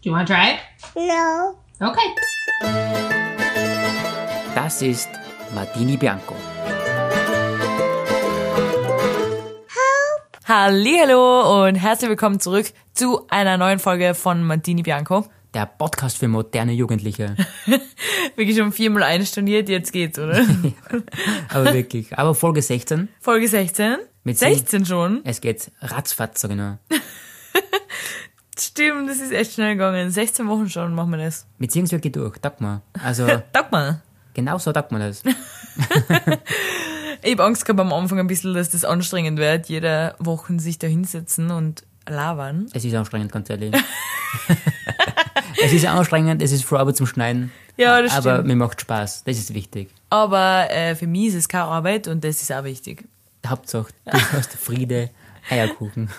Do you want to try it? No. Okay. Das ist Martini Bianco. Hallo und herzlich willkommen zurück zu einer neuen Folge von Martini Bianco. Der Podcast für moderne Jugendliche. Wirklich schon viermal einstorniert, jetzt geht's, oder? Aber wirklich. Aber Folge 16, Folge 16? Mit 16 schon? es geht ratzfatz, sag ich nur. Stimmt, das ist echt schnell gegangen. 16 Wochen schon machen wir das. Mit Singenswerk geht durch, taugt man. Also, Sag mal. genau so taugt man das. Ich hab Angst gehabt am Anfang ein bisschen, dass das anstrengend wird, jede Woche sich da hinsetzen und labern. Es ist anstrengend, ganz ehrlich. es ist anstrengend, es ist vor Arbeit zum Schneiden. Ja, das Aber stimmt. mir macht Spaß, das ist wichtig. Aber äh, für mich ist es keine Arbeit und das ist auch wichtig. Hauptsache, du hast Friede, Eierkuchen.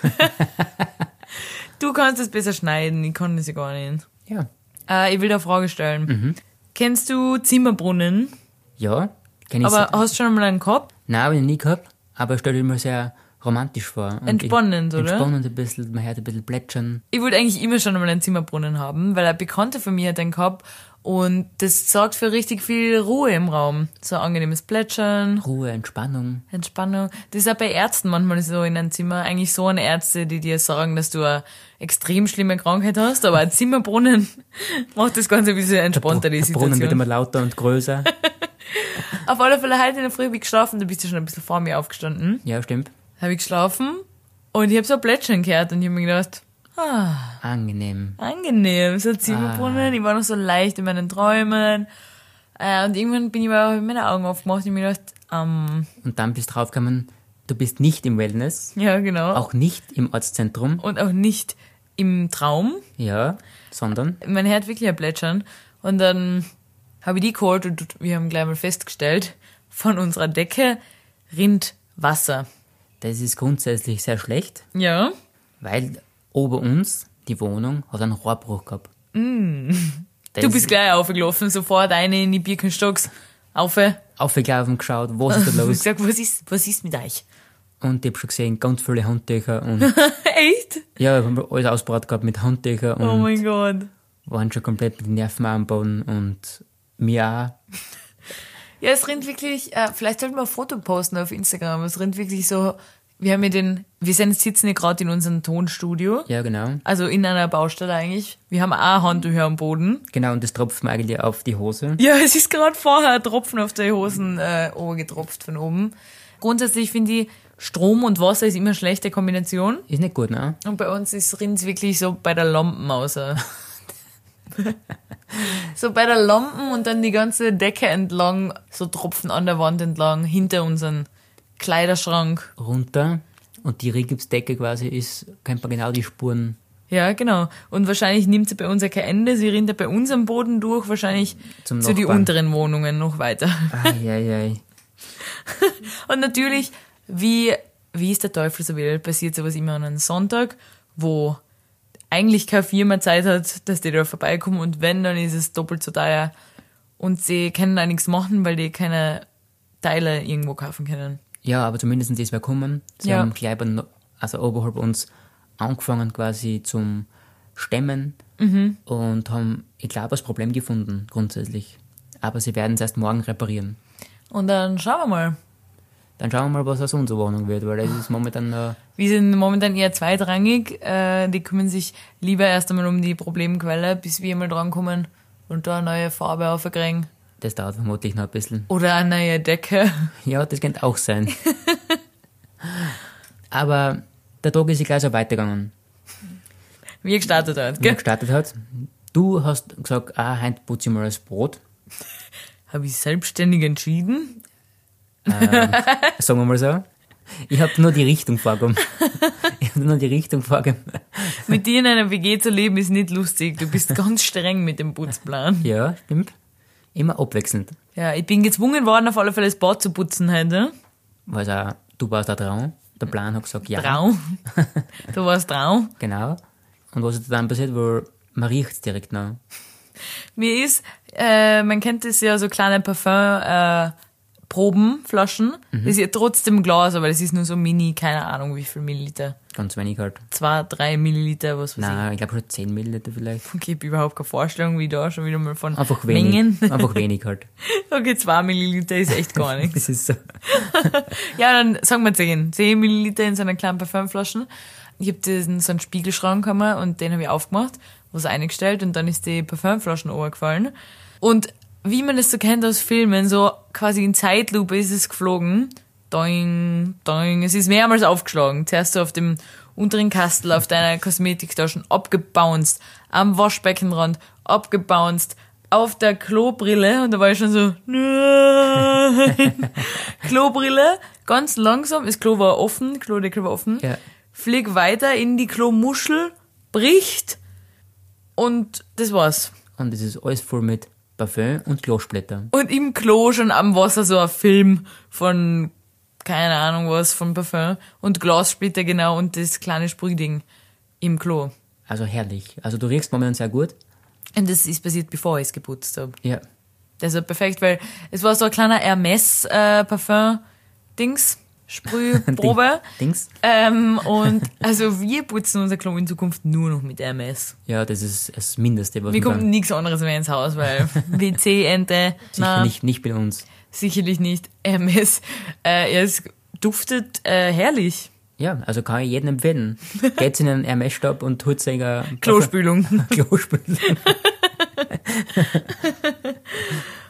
Du kannst es besser schneiden, ich kann das ja gar nicht. Ja. Äh, ich will da eine Frage stellen. Mhm. Kennst du Zimmerbrunnen? Ja, kenn ich Aber hast du schon einmal einen gehabt? Nein, habe ich noch nie gehabt, aber stell dir mal sehr romantisch vor. Und Entspannend, ich, oder? Entspannend ein bisschen, man hört ein bisschen plätschern. Ich wollte eigentlich immer schon einmal einen Zimmerbrunnen haben, weil ein Bekannter von mir hat einen gehabt und das sorgt für richtig viel Ruhe im Raum. So ein angenehmes Plätschern, Ruhe, Entspannung. Entspannung. Das ist auch bei Ärzten manchmal so in einem Zimmer. Eigentlich so eine Ärzte, die dir sagen, dass du eine extrem schlimme Krankheit hast, aber ein Zimmerbrunnen macht das Ganze ein bisschen entspannter, die der Brunnen wird Situation. immer lauter und größer. Auf alle Fälle heute in der Früh habe ich geschlafen, du bist ja schon ein bisschen vor mir aufgestanden. ja, stimmt. habe ich geschlafen und ich habe so ein Plätschern gehört und ich habe mir gedacht, ah, Angenehm. angenehm, so ein Ah. Zimmerbrunnen, ich war noch so leicht in meinen Träumen äh, und irgendwann bin ich mir auch meine Augen aufgemacht und ich mir gedacht, ähm, Und dann bist du draufgekommen, du bist nicht im Wellness, ja genau, auch nicht im Ortszentrum, und auch nicht im Traum, ja, sondern mein Herz wirklich ein Plätschern und dann habe ich die geholt und wir haben gleich mal festgestellt, von unserer Decke rinnt Wasser. das ist grundsätzlich sehr schlecht, Ja, weil ober uns die Wohnung hat einen Rohrbruch gehabt. Mm. du bist gleich aufgelaufen, sofort eine in die Birkenstocks, aufe. aufgelaufen geschaut, was ist da Ich los? sag, was ist, was ist mit euch? Und ich hab schon gesehen, ganz viele Handtücher und Echt? Ja, ich habe alles ausgebaut gehabt mit Handtücher Oh und mein Gott. waren schon komplett mit den Nerven am Boden und mir auch. Ja, es rennt wirklich, äh, vielleicht sollten wir ein Foto posten auf Instagram. Es rennt wirklich so, wir haben ja den, wir sind, sitzen ja gerade in unserem Tonstudio. Ja, genau. Also in einer Baustelle eigentlich. Wir haben auch Handtücher am Boden. Genau, und das tropft mir eigentlich auf die Hose. Ja, es ist gerade vorher ein Tropfen auf der Hosen äh, getropft von oben. Grundsätzlich finde ich, Strom und Wasser ist immer eine schlechte Kombination. Ist nicht gut, ne? Und bei uns ist Rinds wirklich so bei der Lampen aus. so bei der Lampen und dann die ganze Decke entlang, so Tropfen an der Wand entlang, hinter unseren Kleiderschrank. Runter und die Rigipsdecke quasi ist, kennt man genau die Spuren. Ja, genau. Und wahrscheinlich nimmt sie bei uns ja kein Ende. Sie rinnt ja bei uns am Boden durch, wahrscheinlich Zum zu die Nachbarn. unteren Wohnungen noch weiter. Eieiei. Und natürlich, wie, wie ist der Teufel so will, passiert sowas immer an einem Sonntag, wo eigentlich keine Firma Zeit hat, dass die da vorbeikommen und wenn, dann ist es doppelt so teuer und sie können da nichts machen, weil die keine Teile irgendwo kaufen können. Ja, aber zumindest ist wer kommen. Sie Ja. haben gleich bei, no- also oberhalb uns angefangen quasi zum Stemmen und haben, ich glaube, das Problem gefunden, grundsätzlich. Aber sie werden es erst morgen reparieren. Und dann schauen wir mal. Dann schauen wir mal, was aus unserer Wohnung wird, weil das ist momentan noch Wir sind momentan eher zweitrangig, äh, die kümmern sich lieber erst einmal um die Problemquelle, bis wir mal drankommen und da eine neue Farbe aufkriegen. Das dauert vermutlich noch ein bisschen. Oder eine neue Decke. Ja, das könnte auch sein. Aber der Tag ist ja gleich so weitergegangen, Wie ihr gestartet hat, wie er gell? gestartet hat. Du hast gesagt, ah, heute putze ich mal das Brot. Habe ich selbstständig entschieden. Sagen wir mal so. Ich habe nur die Richtung vorgegeben. Ich habe nur die Richtung vorgegeben. Mit dir in einer WG zu leben ist nicht lustig. Du bist ganz streng mit dem Putzplan. Ja, stimmt. Immer abwechselnd. Ja, ich bin gezwungen worden, auf alle Fälle das Bad zu putzen heute. Also, du warst da dran. Der Plan hat gesagt, ja. Trau. Du warst trau. Genau. Und was ist dann passiert? Weil man riecht es direkt noch. Mir ist, äh, man kennt das ja, so kleine Parfum, äh, Probenflaschen. Mhm. Das ist ja trotzdem Glas, aber das ist nur so mini, keine Ahnung wie viel Milliliter. Ganz wenig halt. Zwei, drei Milliliter, was weiß Na, ich glaube schon 10 Milliliter vielleicht. ich. Ich habe überhaupt keine Vorstellung, wie ich da schon wieder mal von Einfach wenig. Mengen. Einfach wenig halt. Okay, zwei Milliliter ist echt gar nichts. Das ist so. Ja, dann sagen wir 10. 10 Milliliter in so einer kleinen Parfümflaschen. Ich habe diesen so einen Spiegelschrank gehabt und den habe ich aufgemacht, was eingestellt und dann ist die Parfümflaschen gefallen. Und wie man das so kennt aus Filmen, so quasi in Zeitlupe ist es geflogen. Doing, doing. Es ist mehrmals aufgeschlagen. Zuerst so auf dem unteren Kastel, auf deiner Kosmetiktasche, abgebounced, am Waschbeckenrand, abgebounced, auf der Klobrille und da war ich schon so, nein. Klobrille, ganz langsam, das Klo war offen, Klodeckel war offen, Ja. flieg weiter in die Klomuschel, bricht und das war's. Und das ist alles voll mit Parfüm und Kloschblätter. Und im Klo schon am Wasser so ein Film von, keine Ahnung was, von Parfum und Glassplitter genau und das kleine Sprühding im Klo. Also herrlich. Also du riechst momentan sehr gut. Und das ist passiert, bevor ich es geputzt habe. Ja. Das war Also perfekt, weil es war so ein kleiner Hermes-Parfum-Dings, Sprühprobe. Dings. ähm, und also wir putzen unser Klo in Zukunft nur noch mit Hermes. Ja, das ist das Mindeste, was Mir wir kommt kann. nichts anderes mehr ins Haus, weil WC-Ente, Sicher na, nicht, nicht bei uns. sicherlich nicht. Hermes, äh, es duftet äh, herrlich. Ja, also kann ich jedem empfehlen. Geht in einen Hermes-Stab und holt sich ein Also. Klospülung. Klospül.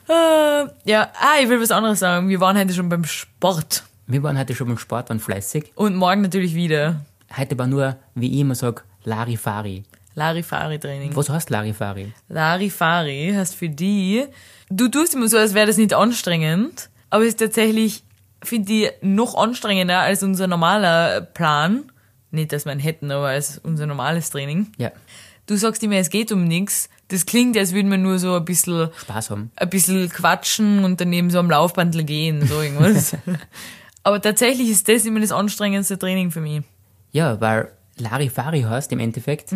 äh, ja, ah, ich will was anderes sagen. Wir waren heute schon beim Sport Wir waren heute schon beim Sport, waren fleißig. und morgen natürlich wieder Heute war nur, wie ich immer sag, Larifari. Larifari-Training. Was heißt Larifari? Larifari hast für die. Du tust immer so, als wäre das nicht anstrengend, aber es ist tatsächlich, finde ich, noch anstrengender als unser normaler Plan. Nicht, dass wir ihn hätten, aber als unser normales Training. Ja, Du sagst immer, es geht um nichts. Das klingt, als würden wir nur so ein bisschen, Spaß haben. ein bisschen quatschen und daneben so am Laufbandl gehen, so irgendwas. aber tatsächlich ist das immer das anstrengendste Training für mich. Ja, weil Larifari heißt im Endeffekt,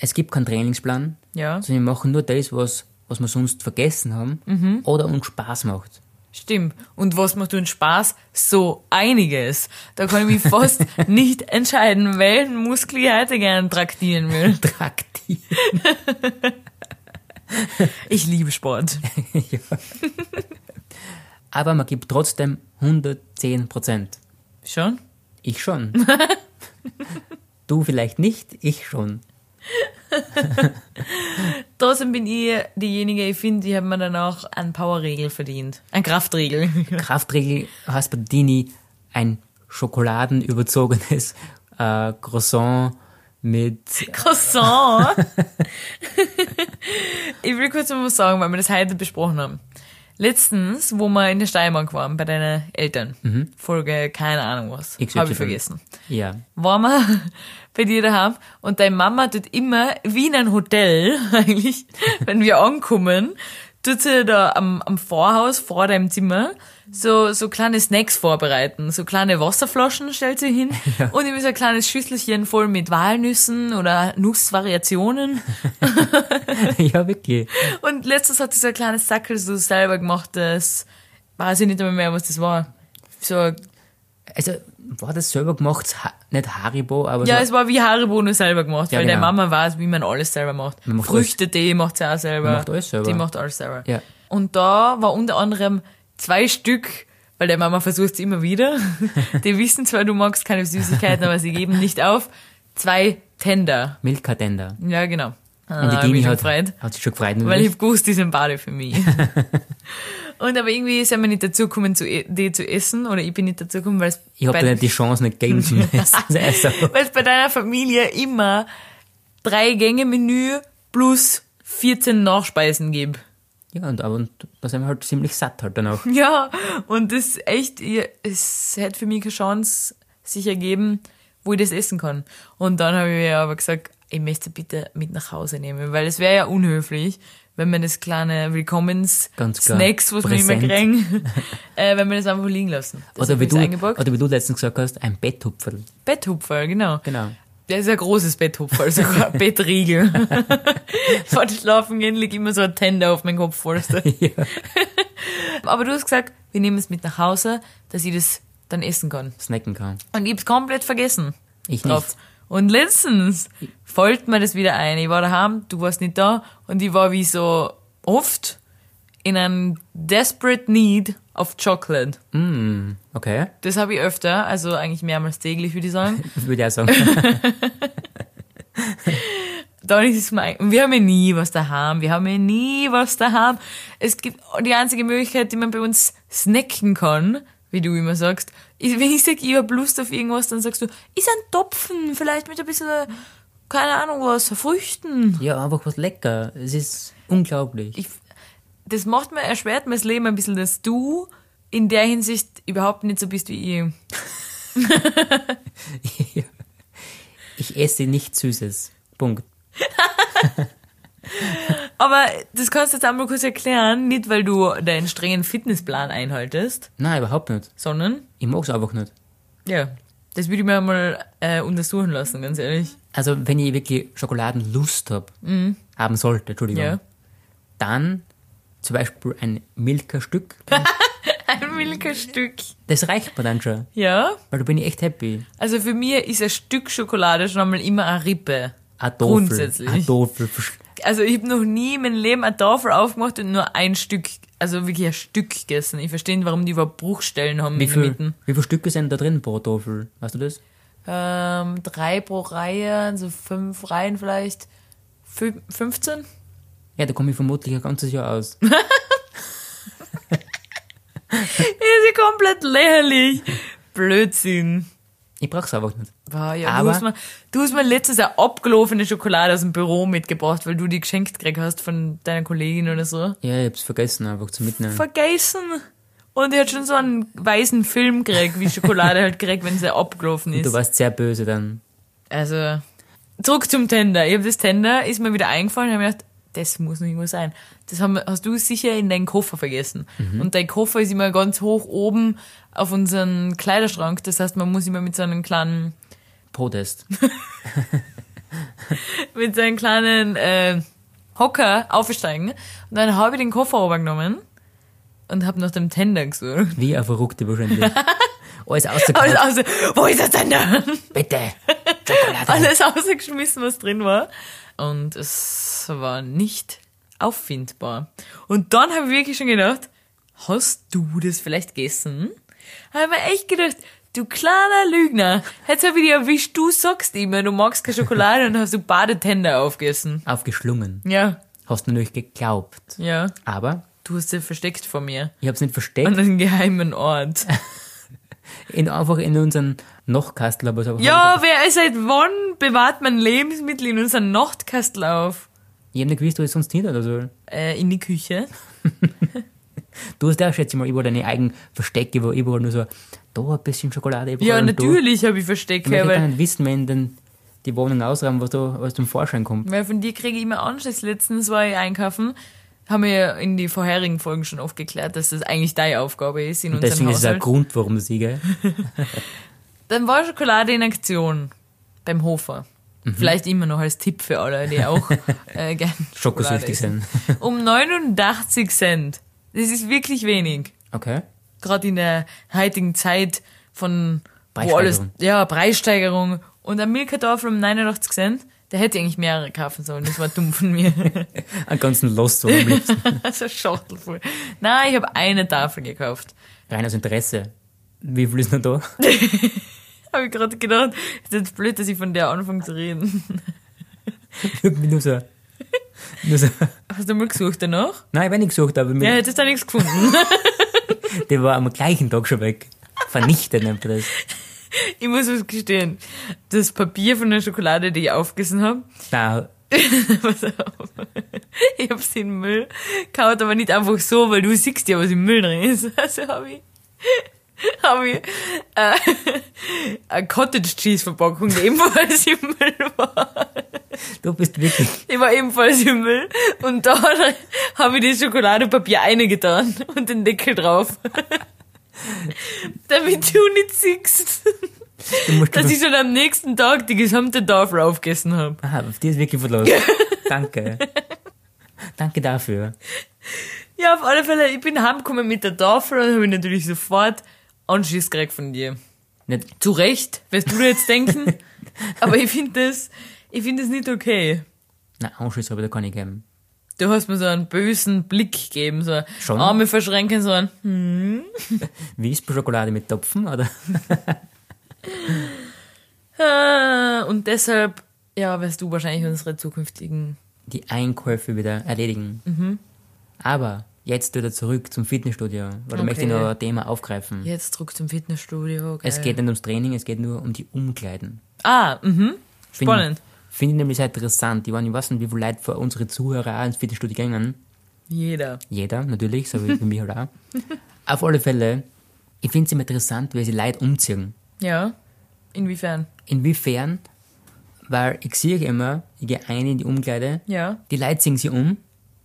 es gibt keinen Trainingsplan, Ja, sondern Also wir machen nur das, was, was wir sonst vergessen haben Mhm. oder uns Spaß macht. stimmt. Und was macht uns Spaß? So einiges. Da kann ich mich fast nicht entscheiden, welchen Muskel ich heute gerne traktieren will. Traktiv. Ich liebe Sport. Aber man gibt trotzdem 110 Prozent. Schon? Ich schon. du vielleicht nicht, ich schon. Trotzdem bin ich diejenige, ich finde, ich habe mir dann auch einen Powerregel verdient. Ein Kraftregel. Kraftregel heißt bei Dini ein schokoladenüberzogenes äh, Croissant mit Croissant. ich will kurz mal was sagen, weil wir das heute besprochen haben. Letztens, wo wir in der Steiermark waren, bei deinen Eltern, Folge, keine Ahnung was, XY. habe ich vergessen, ja, waren wir bei dir daheim und deine Mama tut immer, wie in einem Hotel eigentlich, wenn wir ankommen, tut sie da am, am Vorhaus, vor deinem Zimmer, so, so kleine Snacks vorbereiten. So kleine Wasserflaschen stellt sie hin und immer so ein kleines Schüsselchen voll mit Walnüssen oder Nussvariationen. ja wirklich. Und letztens hat sie so ein kleines Sackel so selber gemacht, das weiß ich nicht einmal mehr, was das war. So, ein- Also war das selber gemacht, ha nicht Haribo, aber ja, so, es war wie Haribo nur selber gemacht, Ja, weil genau. der Mama weiß, wie man alles selber macht. Man macht Früchtetee macht sie auch selber. Man macht alles selber. Die macht alles selber. Ja. Und da war unter anderem zwei Stück, weil der Mama versucht es immer wieder. die wissen zwar, du magst keine Süßigkeiten, aber sie geben nicht auf. Zwei Tender. Milchkartender. Ja, genau. Ah, Und die hab mich Dini schon hat, gefreut. hat sich schon gefreut. Weil ich natürlich. hab gewusst, die sind beide für mich. und aber irgendwie sind wir nicht dazu gekommen, zu e die zu essen, oder ich bin nicht dazu gekommen, weil es ich habe bei- dir nicht die Chance nicht gegeben zum Essen. Also, weil es bei deiner Familie immer drei Gänge Menü plus 14 Nachspeisen gibt. ja, und, aber, und da sind wir halt ziemlich satt halt danach. Ja, und das ist echt, ihr- es hätte für mich keine Chance sich ergeben, wo ich das essen kann. Und dann habe ich mir aber gesagt, ich möchte bitte mit nach Hause nehmen, weil es wäre ja unhöflich, wenn man das kleine Willkommens Ganz klar. Snacks, was wir immer Präsent. kriegen, äh, wenn wir das einfach liegen lassen. Das Oder hab wie, ich jetzt du, eingepackt. oder wie du letztens gesagt hast, ein Betthupferl. Betthupferl, genau. Genau. Der ist ein großes Betthupferl, sogar ein Bettriegel. Vor dem Schlafen gehen liegt immer so ein Tender auf meinem Kopf vor. Ja. Aber du hast gesagt, wir nehmen es mit nach Hause, dass ich das dann essen kann. snacken kann. Und ich hab's komplett vergessen. Ich Drauf. Und letztens folgt mir das wieder ein. Ich war daheim, du warst nicht da und ich war wie so oft in einem desperate need of chocolate. nicht. Mm, okay, Das habe ich öfter, also eigentlich mehrmals täglich, würde ich sagen. würde ich auch sagen. Dann ist es mir ein- und wir haben ja nie was daheim, wir haben ja nie was daheim. Es gibt die einzige Möglichkeit, die man bei uns snacken kann, wie du immer sagst. Ist, wenn ich sag, ich hab Lust auf irgendwas, dann sagst du, ist ein Topfen, vielleicht mit ein bisschen, keine Ahnung was, Früchten. ja, einfach was lecker. Es ist unglaublich. ich, das macht mir, erschwert mir das Leben ein bisschen, dass du in der Hinsicht überhaupt nicht so bist wie ich. Ich esse nichts Süßes. Punkt. Aber das kannst du jetzt einmal kurz erklären, nicht weil du deinen strengen Fitnessplan einhaltest, Nein, überhaupt nicht. sondern, Ich mag es einfach nicht. ja, das würde ich mir mal äh, untersuchen lassen, ganz ehrlich. Also, wenn ich wirklich Schokoladenlust hab, haben sollte, Entschuldigung, Mhm. Ja. dann zum Beispiel ein Milka-Stück, Ein Milka-Stück. das reicht mir dann schon, Ja, weil da bin ich echt happy. also für mich ist ein Stück Schokolade schon einmal immer eine Rippe. Ein Tofel, Grundsätzlich. Ein Tofel. Also ich habe noch nie in meinem Leben eine Tafel aufgemacht und nur ein Stück, also wirklich ein Stück gegessen. Ich verstehe nicht, warum die überhaupt Bruchstellen haben Wie in der viel, Mitte. wie viele Stücke sind da drin pro Tofel? Weißt du das? Ähm, drei pro Reihe, so fünf Reihen vielleicht. Fü 15? Ja, da komme ich vermutlich ein ganzes Jahr aus. Das ist ja komplett lächerlich. Blödsinn. Ich brauch's einfach nicht. Wow, ja, Aber- du, hast mir, du hast mir letztens eine abgelaufene Schokolade aus dem Büro mitgebracht, weil du die geschenkt gekriegt hast von deiner Kollegin oder so. Ja, ich hab's vergessen einfach zu mitnehmen. Vergessen. Und ich hat schon so einen weißen Film gekriegt, wie Schokolade halt kriegt, wenn sie abgelaufen ist. Du warst sehr böse dann. Also, zurück zum Tender. Ich habe das Tender, ist mir wieder eingefallen und habe gedacht, das muss noch irgendwo sein. Das haben, hast du sicher in deinen Koffer vergessen. Mhm. Und dein Koffer ist immer ganz hoch oben auf unseren Kleiderschrank. Das heißt, man muss immer mit so einem kleinen, Protest. mit so einem kleinen äh, Hocker aufsteigen. Und dann habe ich den Koffer runtergenommen und habe nach dem Tender gesucht. Wie ein Verrückter wahrscheinlich. Alles Alles ausgekauft. also, wo ist das Tender? Bitte. Schokolade. Alles rausgeschmissen, was drin war. Und es war nicht auffindbar. Und dann habe ich wirklich schon gedacht, hast du das vielleicht gegessen? Habe mir echt gedacht, du kleiner Lügner, jetzt habe ich dich erwischt, du sagst immer, du magst keine Schokolade und hast du Badetender aufgessen. Aufgeschlungen. Ja, Hast du natürlich geglaubt. ja, Aber du hast sie versteckt vor mir. ich hab's nicht An versteckt. einem geheimen Ort. In, einfach in unseren Nochkastel, aber so. Ja, wer seit wann bewahrt man Lebensmittel in unseren Nachtkastel auf? Ich hab nicht gewusst, du es sonst nicht oder so. Äh, in die Küche. Du hast ja, schätze ich mal, überall deine eigenen Verstecke, wo überall nur so, da ein bisschen Schokolade. überall Ja, und da. natürlich habe ich Verstecke, Ich möchte weil gar nicht wissen, wenn denn die Wohnung ausräumen, was da was zum Vorschein kommt. Weil von dir kriege ich immer Anschluss. Letztens war ich einkaufen, haben wir ja in die vorherigen Folgen schon oft geklärt, dass das eigentlich deine Aufgabe ist in unserem Deswegen ist es ein Haushalt. Grund, warum sie, gell? Dann war Schokolade in Aktion beim Hofer. Mhm. Vielleicht immer noch als Tipp für alle, die auch äh, gerne Schokolade Schokosüchtig essen. sind. Um 89 Cent. Das ist wirklich wenig. Okay. Gerade in der heutigen Zeit von wo alles, Preissteigerung. ja, Preissteigerung und ein Milka-Tafel um 89 Cent, da hätte ich eigentlich mehrere kaufen sollen. Das war dumm von mir. Einen ganzen Lost so am liebsten. Also Schachtel voll. Nein, ich habe eine Tafel gekauft. Rein aus Interesse. Wie viel ist denn da? Habe ich gerade gedacht, ist jetzt blöd, dass ich von der anfange zu reden. Irgendwie nur so. Nur so. Hast du mal gesucht danach? Nein, wenn ich eh gesucht habe, Ja, mir, hättest du nichts gefunden. der war am gleichen Tag schon weg. Vernichtet nennt man das. Ich muss was gestehen. Das Papier von der Schokolade, die ich aufgegessen habe, Nein, pass auf. Ich habe sie in den Müll kaut, aber nicht einfach so, weil du siehst ja, was im Müll drin ist. Also habe ich, hab ich äh, eine Cottage Cheese Verpackung, die ebenfalls im Müll war. du bist wirklich. Ich war ebenfalls im Müll und da habe ich das Schokoladepapier eingetan und den Deckel drauf. Damit du nicht siehst, Du musst dass ich schon am nächsten Tag die gesamte Tafel aufgegessen habe. Aha, auf die ist wirklich verlassen. Danke. Danke dafür. Ja, auf alle Fälle, ich bin heimgekommen mit der Tafel und habe ich natürlich sofort Anschiss gekriegt von dir. Nicht, Zu Recht, wirst du dir jetzt denken, aber ich finde das, ich finde das nicht okay. nein, Anschluss habe ich da gar nicht gegeben. Du hast mir so einen bösen Blick gegeben, so Schon? Arme verschränken, so ein, hm. Wie ist bei Schokolade mit Topfen, oder? ah, und deshalb, ja, wirst du wahrscheinlich unsere zukünftigen, Die Einkäufe wieder erledigen. Mhm. Aber jetzt wieder zurück zum Fitnessstudio, weil da möchte ich Okay. noch ein Thema aufgreifen. jetzt zurück zum Fitnessstudio. Es geil. geht nicht ums Training, es geht nur um die Umkleiden. Ah, mhm. Finde- Spannend. Finde ich nämlich sehr interessant. Ich, meine, ich weiß nicht, wie viele Leute vor unsere Zuhörer auch ins Fitnessstudio gingen. Jeder. Jeder, natürlich, so wie bei mir halt auch. Auf alle Fälle, ich finde es immer interessant, wie sie Leute umziehen. Ja. Inwiefern? Inwiefern, weil ich sehe immer, ich gehe ein in die Umkleide, Ja. die Leute ziehen sie um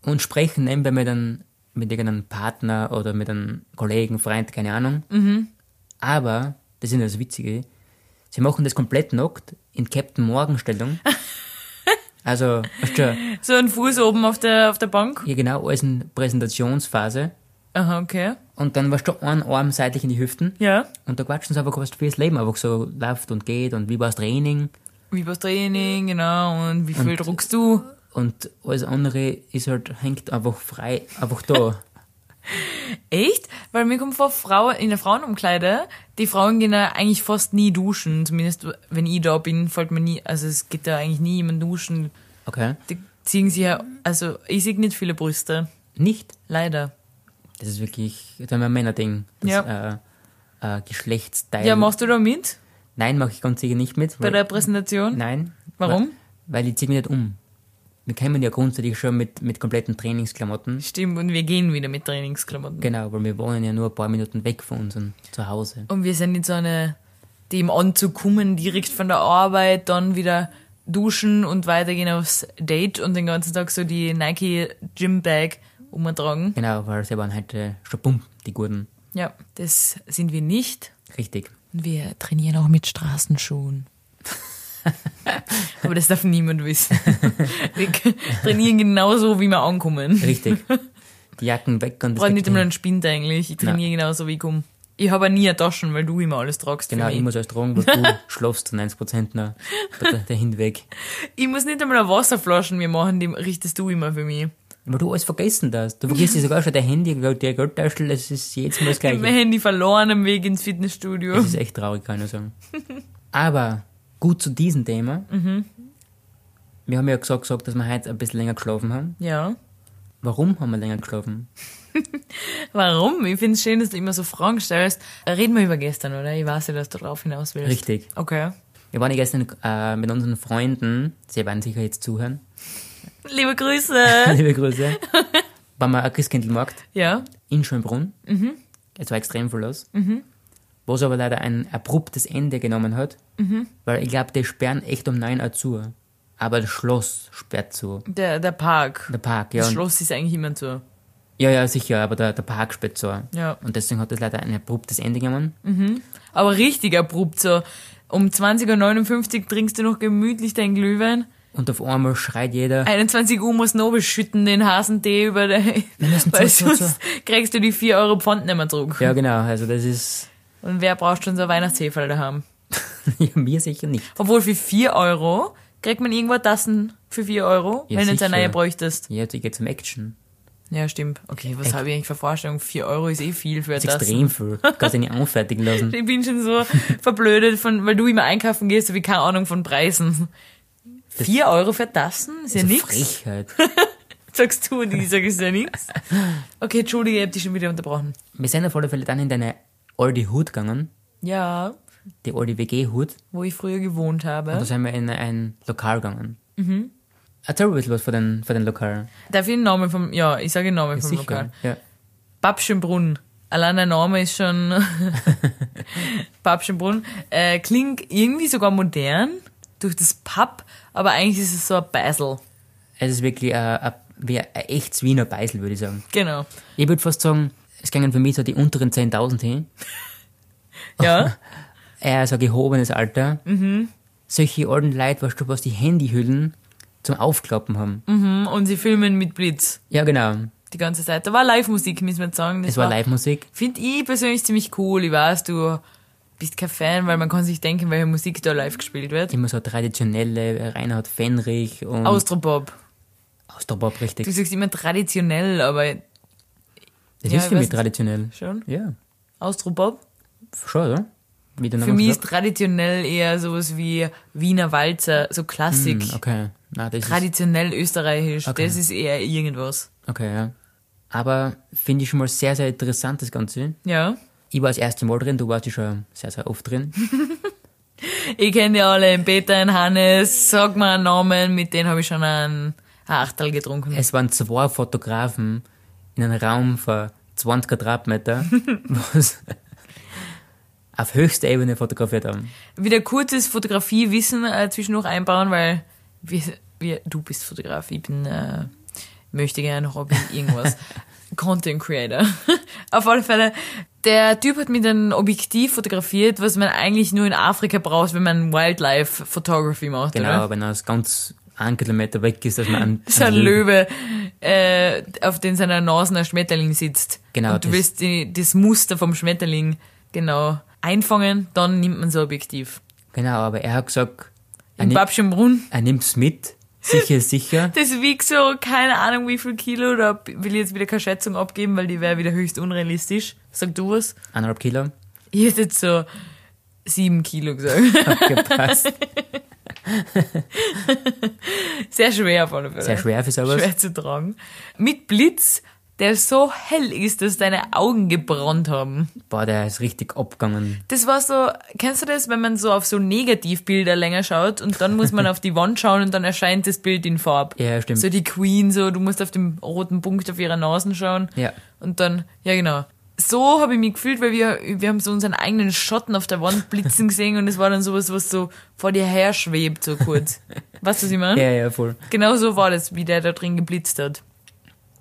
und sprechen nebenbei mit einem, mit irgendeinem Partner oder mit einem Kollegen, Freund, keine Ahnung. Aber, das ist ja das Witzige, sie machen das komplett nackt in Captain Morgan-Stellung. also, weißt du, So ein Fuß oben auf der, auf der Bank. hier genau alles in Präsentationsphase. Aha, okay. Und dann warst du einen Arm seitlich in die Hüften. Ja. Und da quatschen sie einfach, was fürs Leben einfach so läuft und geht und wie war das Training. Wie war's Training, genau, und wie viel druckst du? Und alles andere ist halt, hängt einfach frei, einfach da. Echt? Weil mir kommt vor, Frauen in der Frauenumkleide, die Frauen gehen da eigentlich fast nie duschen. Zumindest wenn ich da bin, fällt mir nie, also es geht da eigentlich nie jemand duschen. Okay. Die ziehen sich ja, also ich sehe nicht viele Brüste. Nicht? Leider. Das ist wirklich, das ist ein Männerding. Das, Ja. Äh, äh, Geschlechtsteil. Ja, machst du da mit? Nein, mache ich ganz sicher nicht mit. Bei weil- der Präsentation? Nein. Warum? Weil, weil ich ziehe mich nicht um. Wir kämen ja grundsätzlich schon mit, mit kompletten Trainingsklamotten. Stimmt, und wir gehen wieder mit Trainingsklamotten. Genau, weil wir wohnen ja nur ein paar Minuten weg von unserem Zuhause. Und wir sind nicht so eine, die im Anzug kommen, direkt von der Arbeit, dann wieder duschen und weitergehen aufs Date und den ganzen Tag so die Nike Gym Bag umtragen. Genau, weil sie waren heute schon bumm, die Gurten. Ja, das sind wir nicht. Richtig. Und wir trainieren auch mit Straßenschuhen. Aber das darf niemand wissen. Wir k- trainieren genauso, wie wir ankommen. Richtig. Die Jacken weg und Ich das brauche nicht Getränk. immer einen Spind eigentlich. Ich trainiere genauso, wie ich komme. Ich habe nie eine Taschen, weil du immer alles tragst. für Genau, mich. ich muss alles tragen, weil du schlafst zu 90% noch da- da hinweg. Ich muss nicht einmal eine Wasserflasche mir machen, die richtest du immer für mich. Weil du alles vergessen hast. Du vergisst ja sogar schon dein Handy, der Geldtaschel, es ist jedes Mal das Ich hab mein Gleiche. Handy verloren am Weg ins Fitnessstudio. Das ist echt traurig, kann ich nur sagen. Aber gut zu diesem Thema. Mhm. Wir haben ja gesagt, gesagt, dass wir heute ein bisschen länger geschlafen haben. Ja. Warum haben wir länger geschlafen? Warum? Ich find's schön, dass du immer so Fragen stellst. Äh, Reden wir über gestern, oder? Ich weiß ja, dass du darauf hinaus willst. Richtig. Okay. Wir waren ja gestern äh, mit unseren Freunden, sie werden sicher jetzt zuhören, Liebe Grüße. liebe Grüße, waren wir am Christkindlmarkt. ja. in Schönbrunn. Mhm. Es war extrem viel los. Was aber leider ein abruptes Ende genommen hat, Mhm. weil ich glaube, die sperren echt um 9 Uhr zu. Aber das Schloss sperrt zu. Der, der Park. Der Park, ja. Das und- Schloss ist eigentlich immer zu. Ja, ja, sicher, aber der, der Park sperrt zu. Ja. Und deswegen hat das leider ein abruptes Ende genommen. Aber richtig abrupt so. Um 20.59 Uhr trinkst du noch gemütlich deinen Glühwein. Und auf einmal schreit jeder, 21 Uhr musst du noch beschütten den Hasentee über den... müssen Weil zu, zu, zu. sonst kriegst du die 4 Euro Pfand nicht mehr zurück. ja genau, also das ist Und wer braucht schon so ein Weihnachtsheferl daheim? ja, mir sicher nicht. Obwohl für 4 Euro kriegt man irgendwo Tassen für 4 Euro, Ja, wenn du jetzt eine sicher. neue bräuchtest. Jetzt also ich gehe zum Action. Ja, stimmt. Okay, was habe ich eigentlich für Vorstellung? 4 Euro ist eh viel für Das ist das. extrem viel. Du kannst dich nicht anfertigen lassen. Ich bin schon so verblödet, von, weil du immer einkaufen gehst, habe ich keine Ahnung von Preisen. 4 Euro für Tassen? Ist ja Das ist nix. Frechheit. Sagst du und ich sag, ist ja nix. Okay, Entschuldige, ich hab dich schon wieder unterbrochen. Wir sind auf alle Fälle dann in deine alte Hut gegangen, Ja, die alte WG-Hut. wo ich früher Und gewohnt da habe. sind wir in ein Lokal gegangen. Mhm. Erzähl ein bisschen was von den, von den Lokal. Darf ich den Namen vom, ja, ich sage den Namen vom Sicher. Lokal. Ja. Babschenbrunn. Allein der Name ist schon Babschenbrunn. Äh, klingt irgendwie sogar modern durch das Pub, aber eigentlich ist es so ein Beisel. Es ist wirklich ein, ein, wie ein echtes Wiener Beisel, würde ich sagen. Genau. Ich würde fast sagen, es gingen für mich so die unteren 10.000 hin. Ja, Er ist ein gehobenes Alter. Mhm. Solche alten Leute, weißt du, was die Handyhüllen zum Aufklappen haben. mhm. und sie filmen mit Blitz. Ja, genau. die ganze Zeit. Da war Live-Musik, müssen wir jetzt sagen. Das Es war Live-Musik. Finde ich persönlich ziemlich cool. Ich weiß, du bist kein Fan, weil man kann sich denken, welche Musik da live gespielt wird. Immer so traditionelle Reinhard Fenrich und Austropop. Austropop, richtig. Du sagst immer traditionell, aber Das ja, ist ich für mich weiß nicht. traditionell. schon. Ja, Austropop. schon, oder? Wie der Für Name mich schon ist traditionell eher sowas wie Wiener Walzer, so Klassik. sagt. Hm, Okay, Na, das ist, Traditionell österreichisch, Okay. das ist eher irgendwas. okay, ja. Aber finde ich schon mal sehr, sehr interessant, das Ganze. Ja. Ich war das erste Mal drin, du warst ja schon sehr, sehr oft drin. Ich kenne die alle, den Peter, den Hannes, sag mal einen Namen, mit denen habe ich schon ein Achtel getrunken. Es waren zwei Fotografen in einem Raum von 20 Quadratmeter, was auf höchster Ebene fotografiert haben. wieder kurzes Fotografiewissen äh, zwischendurch einbauen, weil wir, wir, du bist Fotograf, ich bin, äh, möchte gerne Hobby, irgendwas. Content Creator. Auf alle Fälle, der Typ hat mit einem Objektiv fotografiert, was man eigentlich nur in Afrika braucht, wenn man Wildlife Photography macht. Genau, Oder? wenn er aus ganz ein Kilometer weg ist, dass man an, Das ist ein an- Löwe, äh, auf den seiner Nase ein Schmetterling sitzt. Genau, Und du das- willst die, das Muster vom Schmetterling genau einfangen, dann nimmt man so ein Objektiv. Genau, aber er hat gesagt, er, In nimmt- Babschenbrunn er nimmt's mit, sicher ist sicher. Das wiegt so, keine Ahnung wie viel Kilo, da will ich jetzt wieder keine Schätzung abgeben, weil die wäre wieder höchst unrealistisch. Sag du was? Eineinhalb Kilo. Ich hätte jetzt so sieben Kilo gesagt. Gepasst. Sehr schwer auf alle Fälle. Sehr schwer für sowas. Schwer zu tragen. Mit Blitz, der so hell ist, dass deine Augen gebrannt haben. Boah, der ist richtig abgegangen. Das war so, kennst du das, wenn man so auf so Negativbilder länger schaut und dann muss man auf die Wand schauen und dann erscheint das Bild in Farb. Ja, stimmt. So die Queen, so du musst auf den roten Punkt auf ihrer Nase schauen. Ja. Und dann, ja genau. So habe ich mich gefühlt, weil wir, wir haben so unseren eigenen Schatten auf der Wand blitzen gesehen und es war dann sowas, was so vor dir her schwebt, so kurz. weißt du, was ich meine? Ja, ja, voll. Genau so war das, wie der da drin geblitzt hat.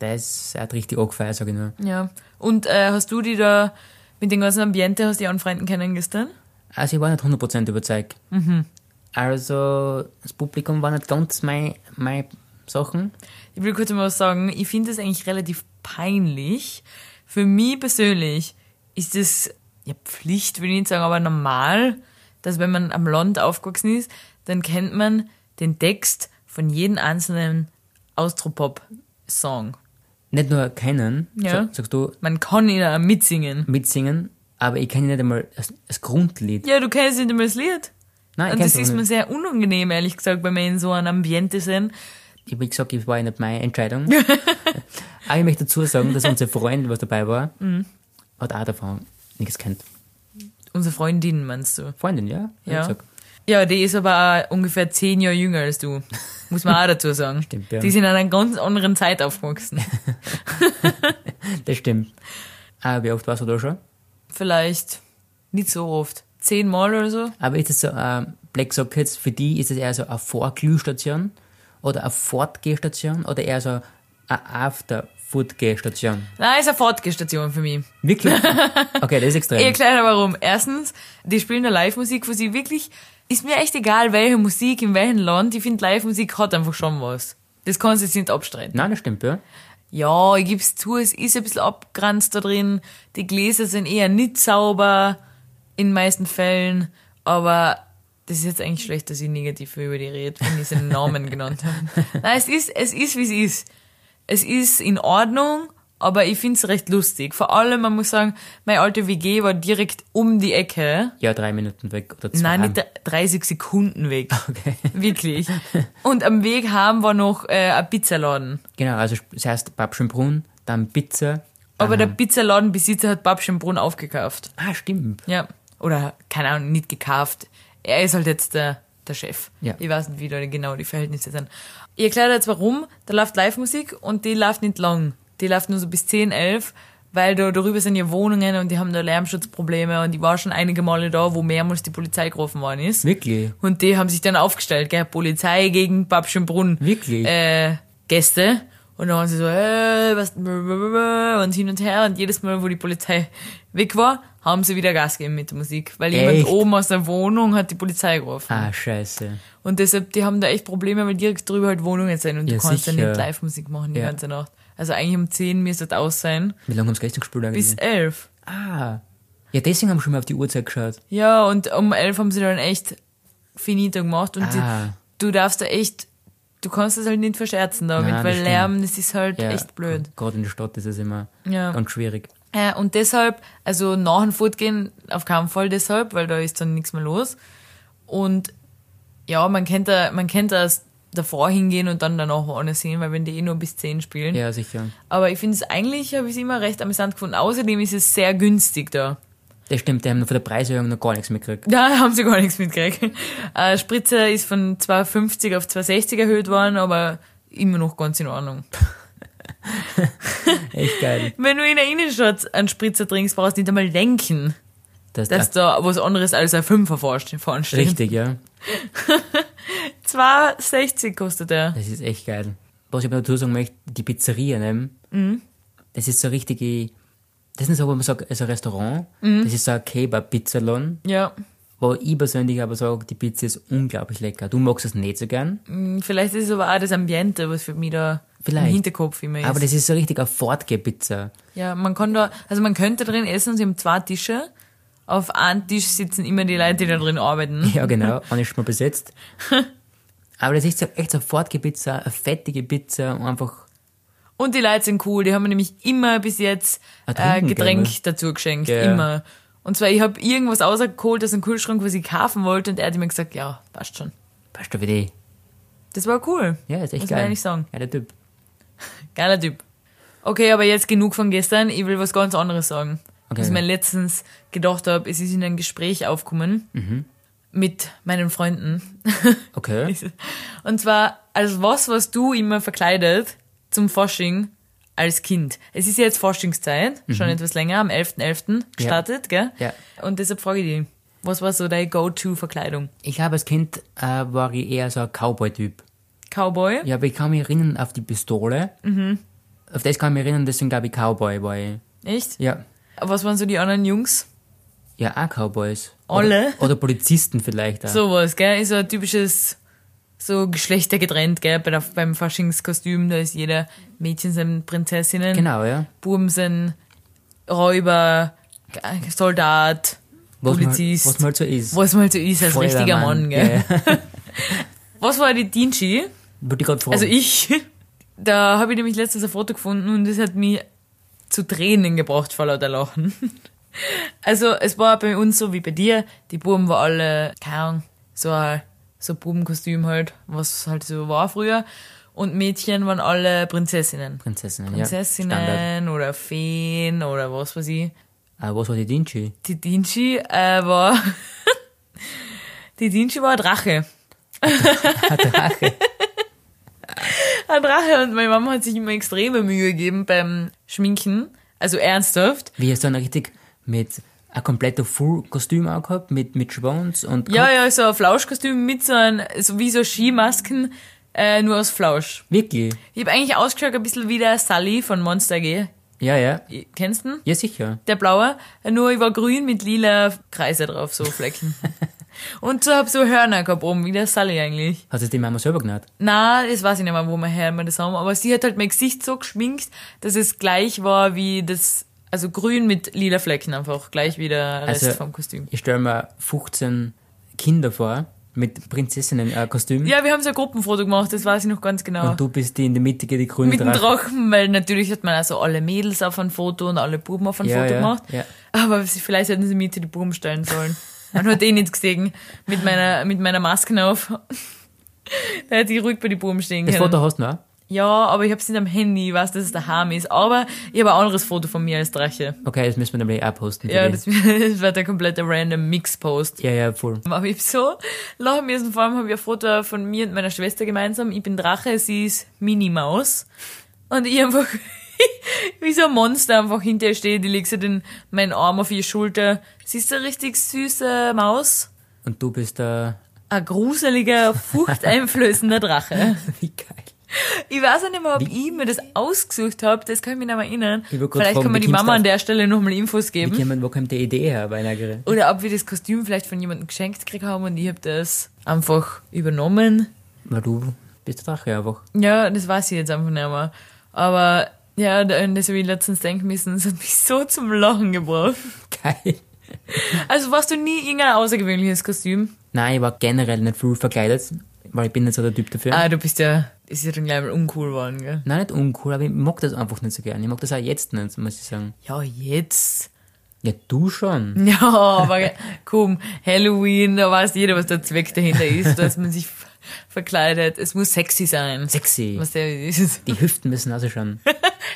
Der ist, er hat richtig angefeiert, sag ich nur. Ja. Und äh, hast du die da mit dem ganzen Ambiente, hast du die an Freunden kennengelernt? Also ich war nicht 100% überzeugt. Mhm. Also das Publikum war nicht ganz mein, mein Sachen. Ich will kurz mal was sagen. Ich finde es eigentlich relativ peinlich. Für mich persönlich ist es ja Pflicht, will ich nicht sagen, aber normal, dass wenn man am Land aufgewachsen ist, dann kennt man den Text von jedem einzelnen Austropop-Song. Nicht nur kennen, Ja. sa- sagst du, Man kann ihn auch mitsingen. mitsingen, aber ich kenne nicht einmal das, das Grundlied. Ja, du kennst nicht einmal das Lied. Nein, Ah, ich Und das kenn's ist aber mir nicht. sehr unangenehm, ehrlich gesagt, wenn wir in so einem Ambiente sind. Ich Wie gesagt, ich war ja nicht meine Entscheidung. aber ich möchte dazu sagen, dass unser Freund, was dabei war, Mhm. hat auch davon nichts kennt. Unsere Freundin, meinst du? Freundin, ja? Hab ich Ja. gesagt. Ja, die ist aber auch ungefähr zehn Jahre jünger als du. Muss man auch dazu sagen. Stimmt, ja. Die sind in einer ganz anderen Zeit aufgewachsen. Das stimmt. Aber wie oft warst du da schon? Vielleicht nicht so oft. Zehnmal oder so. Aber ist es so, äh, Black Sockets, für die ist es eher so eine Vorglühstation oder eine Fortgehstation oder eher so eine After-Food-Gehstation? Nein, ist eine Fortgestation für mich. Wirklich? Okay, das ist Ich extrem. erkläre dir warum. Erstens, die spielen da Live-Musik, wo sie wirklich, ist mir echt egal, welche Musik, in welchem Land. Ich finde, Live-Musik hat einfach schon was. Das kannst du jetzt nicht abstreiten. Nein, das stimmt, ja. Ja, ich geb's zu, es ist ein bisschen abgeranzt da drin. Die Gläser sind eher nicht sauber in meisten Fällen, aber das ist jetzt eigentlich schlecht, dass ich negativ über die rede, wenn ich seinen Namen genannt habe. Nein, es ist, es ist, wie es ist. Es ist in Ordnung, aber ich find's recht lustig. Vor allem, man muss sagen, meine alte WG war direkt um die Ecke. Ja, drei Minuten weg oder zwei. Nein, nicht dr- 30 Sekunden weg. Okay. Wirklich. Und am Weg haben war noch äh, ein Pizzaladen. Genau, also sp- das heißt Babschenbrunn, dann Pizza. Dann Aber der Pizzaladenbesitzer hat Babschenbrunn aufgekauft. Ah, stimmt. Ja. Oder, keine Ahnung, nicht gekauft. Er ist halt jetzt der, der Chef. Ja. Ich weiß nicht, wie da genau die Verhältnisse sind. Ich erkläre dir jetzt warum. Da läuft Live-Musik und die läuft nicht lang. Die läuft nur so bis 10, 11, weil da darüber sind ja Wohnungen und die haben da Lärmschutzprobleme und ich war schon einige Male da, wo mehrmals die Polizei gerufen worden ist. Wirklich? Und die haben sich dann aufgestellt, gell? Polizei gegen Babschenbrunn. Wirklich? Äh, Gäste. Und dann waren sie so, äh, was, und hin und her. Und jedes Mal, wo die Polizei weg war, haben sie wieder Gas gegeben mit der Musik. Weil Echt? jemand oben aus der Wohnung hat die Polizei gerufen. Ah, scheiße. Und deshalb, die haben da echt Probleme, weil direkt drüber halt Wohnungen sind und Ja, du kannst sicher. ja nicht Live-Musik machen die Ja. ganze Nacht. Also eigentlich um 10 müsste das aus sein, Wie lange haben sie gestern gespielt eigentlich? bis 11. ah. Ja, deswegen haben wir schon mal auf die Uhrzeit geschaut. Ja, und um 11 haben sie dann echt finito gemacht und Ah. die, du darfst da echt, du kannst das halt nicht verscherzen damit, Nein, das weil stimmt. Lärm, das ist halt echt blöd. Gerade in der Stadt ist es immer Ja. ganz schwierig. Äh, und deshalb, also nach dem Fortgehen auf keinen Fall deshalb, weil da ist dann nichts mehr los. Und ja, man könnte da, man könnte erst davor hingehen und dann danach woanders sehen, weil wenn die eh nur bis 10 spielen. Ja, sicher. Aber ich finde es eigentlich, habe ich es immer recht amüsant gefunden. Außerdem ist es sehr günstig da. Das stimmt, die haben von der Preiserhöhung noch gar nichts mitgekriegt. Da haben sie gar nichts mitgekriegt. Äh, Spritzer ist von 2,50 auf 2,60 erhöht worden, aber immer noch ganz in Ordnung. Echt geil. Wenn du in der Innenstadt einen Spritzer trinkst, brauchst du nicht einmal denken, Das, dass da was anderes als ein Fünfer vorste- vorne ah, steht. richtig, ja. 2,60 kostet er. Das ist echt geil. Was ich aber dazu sagen möchte, die Pizzeria, ne? Das ist so richtige, das ist nicht so, wo man sagt, also Restaurant, das ist so ein Kebab-Pizzalon, Ja, wo ich persönlich aber sage, die Pizza ist unglaublich lecker. Du magst es nicht so gern, Hm, vielleicht ist es aber auch das Ambiente, was für mich da Vielleicht. im Hinterkopf immer ist. aber das ist so richtig eine Fortgeh-Pizza. Ja, man kann da, also man könnte drin essen und sie haben zwei Tische. Auf einem Tisch sitzen immer die Leute, die da drin arbeiten. Ja, genau, und ist schon mal besetzt. Aber das ist so, echt so eine Fortgeh-Pizza, eine fettige Pizza und einfach, Und die Leute sind cool, die haben mir nämlich immer bis jetzt Ah, äh, trinken Getränk gerne. dazu geschenkt, Ja. immer. Und zwar, ich habe irgendwas rausgeholt aus dem Kühlschrank, was ich kaufen wollte und er hat mir gesagt, ja, passt schon. weißt du, wie die, Das war cool. ja, ist echt Muss man geil. ehrlich sagen. Ja, der Typ. Geiler Typ. Okay, aber jetzt genug von gestern. Ich will was ganz anderes sagen. Okay. Was ich mir letztens gedacht habe, es ist in ein Gespräch aufgekommen mit meinen Freunden. Mhm. Okay. Und zwar als was, was du immer verkleidet zum Fasching als Kind. Es ist ja jetzt Faschingszeit, schon etwas länger, am 11.11. gestartet, gell? Mhm. Ja. Und deshalb frage ich dich, was war so deine Go-To-Verkleidung? Ich habe als Kind, äh, war ich eher so ein Cowboy-Typ. Cowboy? Ja, aber ich kann mich erinnern auf die Pistole. Mhm. Auf das kann ich mich erinnern, deswegen glaube ich Cowboy war ich. Echt? Ja. Was waren so die anderen Jungs? Ja, auch Cowboys. Alle? Oder, oder Polizisten vielleicht auch. Sowas, gell? Ist so ein typisches, so geschlechtergetrennt, gell? Bei der, beim Faschingskostüm, da ist jeder Mädchen sind Prinzessinnen, Genau, ja. Buben sind Räuber, Soldat, Was man, Polizist. was man halt so ist. Was man halt so ist als Feuerwehrmann. richtiger Mann, gell? Ja, ja. Was war die Dienschi? Wollte ich gerade fragen. Also ich, da habe ich nämlich letztens ein Foto gefunden und das hat mich zu Tränen gebracht vor lauter Lachen. Also es war bei uns so wie bei dir, die Buben waren alle, keine Ahnung, so ein so ein Bubenkostüm halt, was halt so war früher. Und Mädchen waren alle Prinzessinnen. Prinzessin, ja. Standard. Prinzessinnen oder Feen oder was weiß ich. äh. Ah, was war die Dinschi? Die Dinschi äh, war. die Dinschi war ein Drache. Ein Drache. ein Drache. Und meine Mama hat sich immer extreme Mühe gegeben beim Schminken. Also ernsthaft. Wie hast du dann richtig mit ein kompletter Full-Kostüm auch gehabt, mit, mit Schwanz und Ja, Kopf? ja, so ein Flauschkostüm mit so einem, so wie so Skimasken, äh, nur aus Flausch. Wirklich? Ich habe eigentlich ausgeschaut ein bisschen wie der Sully von Monster G. Ja, ja. Kennst du ihn? Ja, sicher. der blaue, nur ich war grün mit lila Kreise drauf, so Flecken. Und so hab so Hörner gehabt oben, wie der Sully eigentlich. Hat es die Mama selber genannt? Na, das weiß ich nicht mehr, wo wir her immer das haben, aber sie hat halt mein Gesicht so geschminkt, dass es gleich war wie das, also grün mit lila Flecken einfach, gleich wie der Rest Also- vom Kostüm. Ich stelle mir 15 Kinder vor mit Prinzessinnen-Kostüm. Ja, wir haben so ein Gruppenfoto gemacht, das weiß ich noch ganz genau. Und du bist die in der Mitte, die grüne mit dem Drache. Drachen, weil natürlich hat man also alle Mädels auf ein Foto und alle Buben auf ein Ja, Foto ja, gemacht. ja. Aber sie- vielleicht hätten sie mir die Buben stellen sollen. Man hat eh nichts gesehen. Mit meiner, mit meiner Maske auf. da hätte ich ruhig bei den Buben stehen Das können. Foto hast du noch? Ja, aber ich hab's nicht am Handy, ich weiß, dass es daheim ist. Aber ich habe ein anderes Foto von mir als Drache. Okay, das müssen wir nämlich auch posten. für Ja, die- das, das war der komplette random Mix-Post. ja, ja, voll. Aber ich hab so lachen müssen. Vor allem habe ich ein Foto von mir und meiner Schwester gemeinsam. Ich bin Drache, sie ist Minimaus. Und ich einfach wie so ein Monster einfach hinter ihr stehe. Die legt so den, meinen Arm auf ihre Schulter. Sie ist eine richtig süße Maus. Und du bist äh, da. Ein gruseliger, furchteinflößender Drache. Wie geil. Ich weiß auch nicht mehr, ob ich mir das ausgesucht habe, das kann ich mich nicht mehr erinnern. Ich wollte Vielleicht gerade fragen, kann wie man die kommst du Mama an auf- der Stelle nochmal Infos Wie geben. kommt, wo kommt die Idee her bei einer Gere- Oder ob wir das Kostüm vielleicht von jemandem geschenkt gekriegt haben und ich habe das einfach übernommen. Weil du bist der Drache einfach. Ja, das weiß ich jetzt einfach nicht mehr. Aber ja, da- an das habe ich letztens denken müssen, das hat mich so zum Lachen gebracht. Geil. Also warst du nie irgendein außergewöhnliches Kostüm? Nein, ich war generell nicht viel verkleidet, weil ich bin nicht so der Typ dafür. Ah, du bist ja, ist ja dann gleich mal uncool geworden, gell? Nein, nicht uncool, aber ich mag das einfach nicht so gern. Ich mag das auch jetzt nicht, muss ich sagen. Ja, jetzt. Ja, du schon. Ja, aber komm, Halloween, da weiß jeder, was der Zweck dahinter ist, dass man sich ver- verkleidet. Es muss sexy sein. Sexy. Was der ist. Die Hüften müssen ausschauen.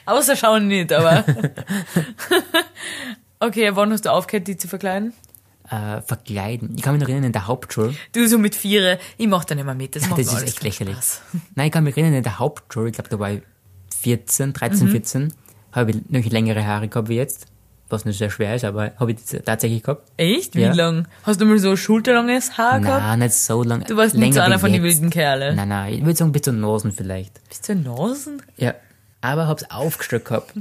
Außer schauen nicht, aber. okay, wann hast du aufgehört, die zu verkleiden? äh, verkleiden. Ich kann mich noch erinnern, in der Hauptschule. Du so mit Viere, ich mach da nicht mehr mit. Das, macht Das mir ist alles echt keinen lächerlich. Spaß. Nein, ich kann mich erinnern, in der Hauptschule, ich glaube, da war ich 14, 13, Mhm. 14, habe ich noch längere Haare gehabt wie jetzt. Was nicht sehr schwer ist, aber habe ich das tatsächlich gehabt. Echt? Wie Ja. lang? Hast du mal so schulterlanges Haar Ah, gehabt? Nein, nicht so lange. Du warst nicht so einer von den wilden Kerle. Nein, nein, ich würde sagen, bis zur Nosen vielleicht. Bist du ein Nasen? Ja. Aber hab's aufgestellt gehabt.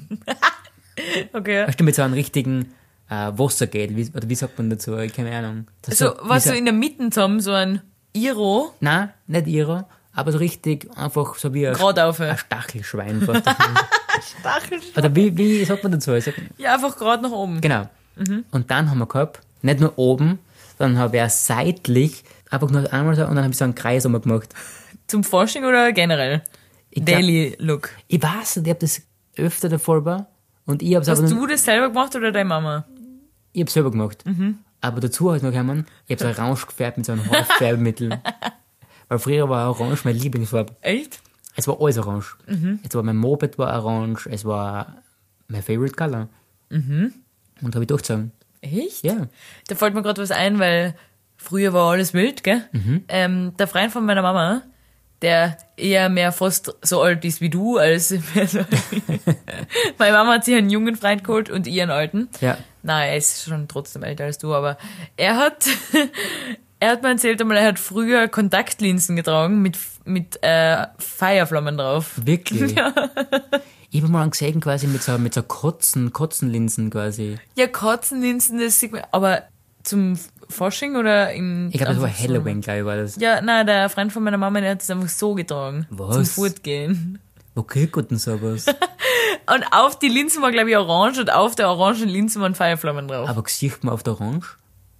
Okay. Weißt du, mit so einem richtigen äh, Wassergeld, wie, oder wie sagt man dazu? Keine Ahnung. Das So, Also, was wie so in der Mitte zusammen, so ein Iro. Nein, nicht ihrer, aber so richtig einfach so wie ein, Gerade auf, ja. ein Stachelschwein fast. Stachel. Oder wie, wie sagt man dazu? Ich Sag, Ja, einfach gerade nach oben. genau. Und dann haben wir gehabt, nicht nur oben, sondern habe ich auch seitlich einfach nur einmal so und dann habe ich so einen Kreis einmal gemacht. Zum Forschung oder generell? Ich, glaub- Daily Look. ich weiß nicht, ich habe das öfter davor war und ich habe es Hast aber du das selber gemacht oder deine Mama? ich hab's selber gemacht. Aber dazu hat noch jemand, ich habe es orange gefärbt mit so einem Haarfärbemittel. Weil früher war orange meine Lieblingsfarbe. Echt? Es war alles orange. Es war mein Moped war orange, es war mein favorite color. Und habe ich durchgezogen. Echt? Ja. Da fällt mir gerade was ein, weil früher war alles wild, gell? Mhm. Ähm, der Freund von meiner Mama, der eher mehr fast so alt ist wie du, als mehr so meine Mama hat sich einen jungen Freund geholt und ihren alten. Ja. Na, er ist schon trotzdem älter als du, aber er hat, er hat mir erzählt einmal, er hat früher Kontaktlinsen getragen mit, mit äh, Feierflammen drauf. Wirklich? Ich habe mal einen gesehen quasi mit so, mit so Kotzen, Kotzenlinsen quasi. Ja, Kotzenlinsen, das sieht man, aber zum Fasching oder im... Ich glaube, das war einfach so- Halloween, glaube ich, war das. Ja, nein, der Freund von meiner Mama, der hat es einfach so getragen. Was? Zum Fortgehen. Wo kriegt man denn sowas? Und auf die Linsen war, glaube ich, orange und auf der orangen Linsen waren Feierflammen drauf. Aber sieht man auf der Orange?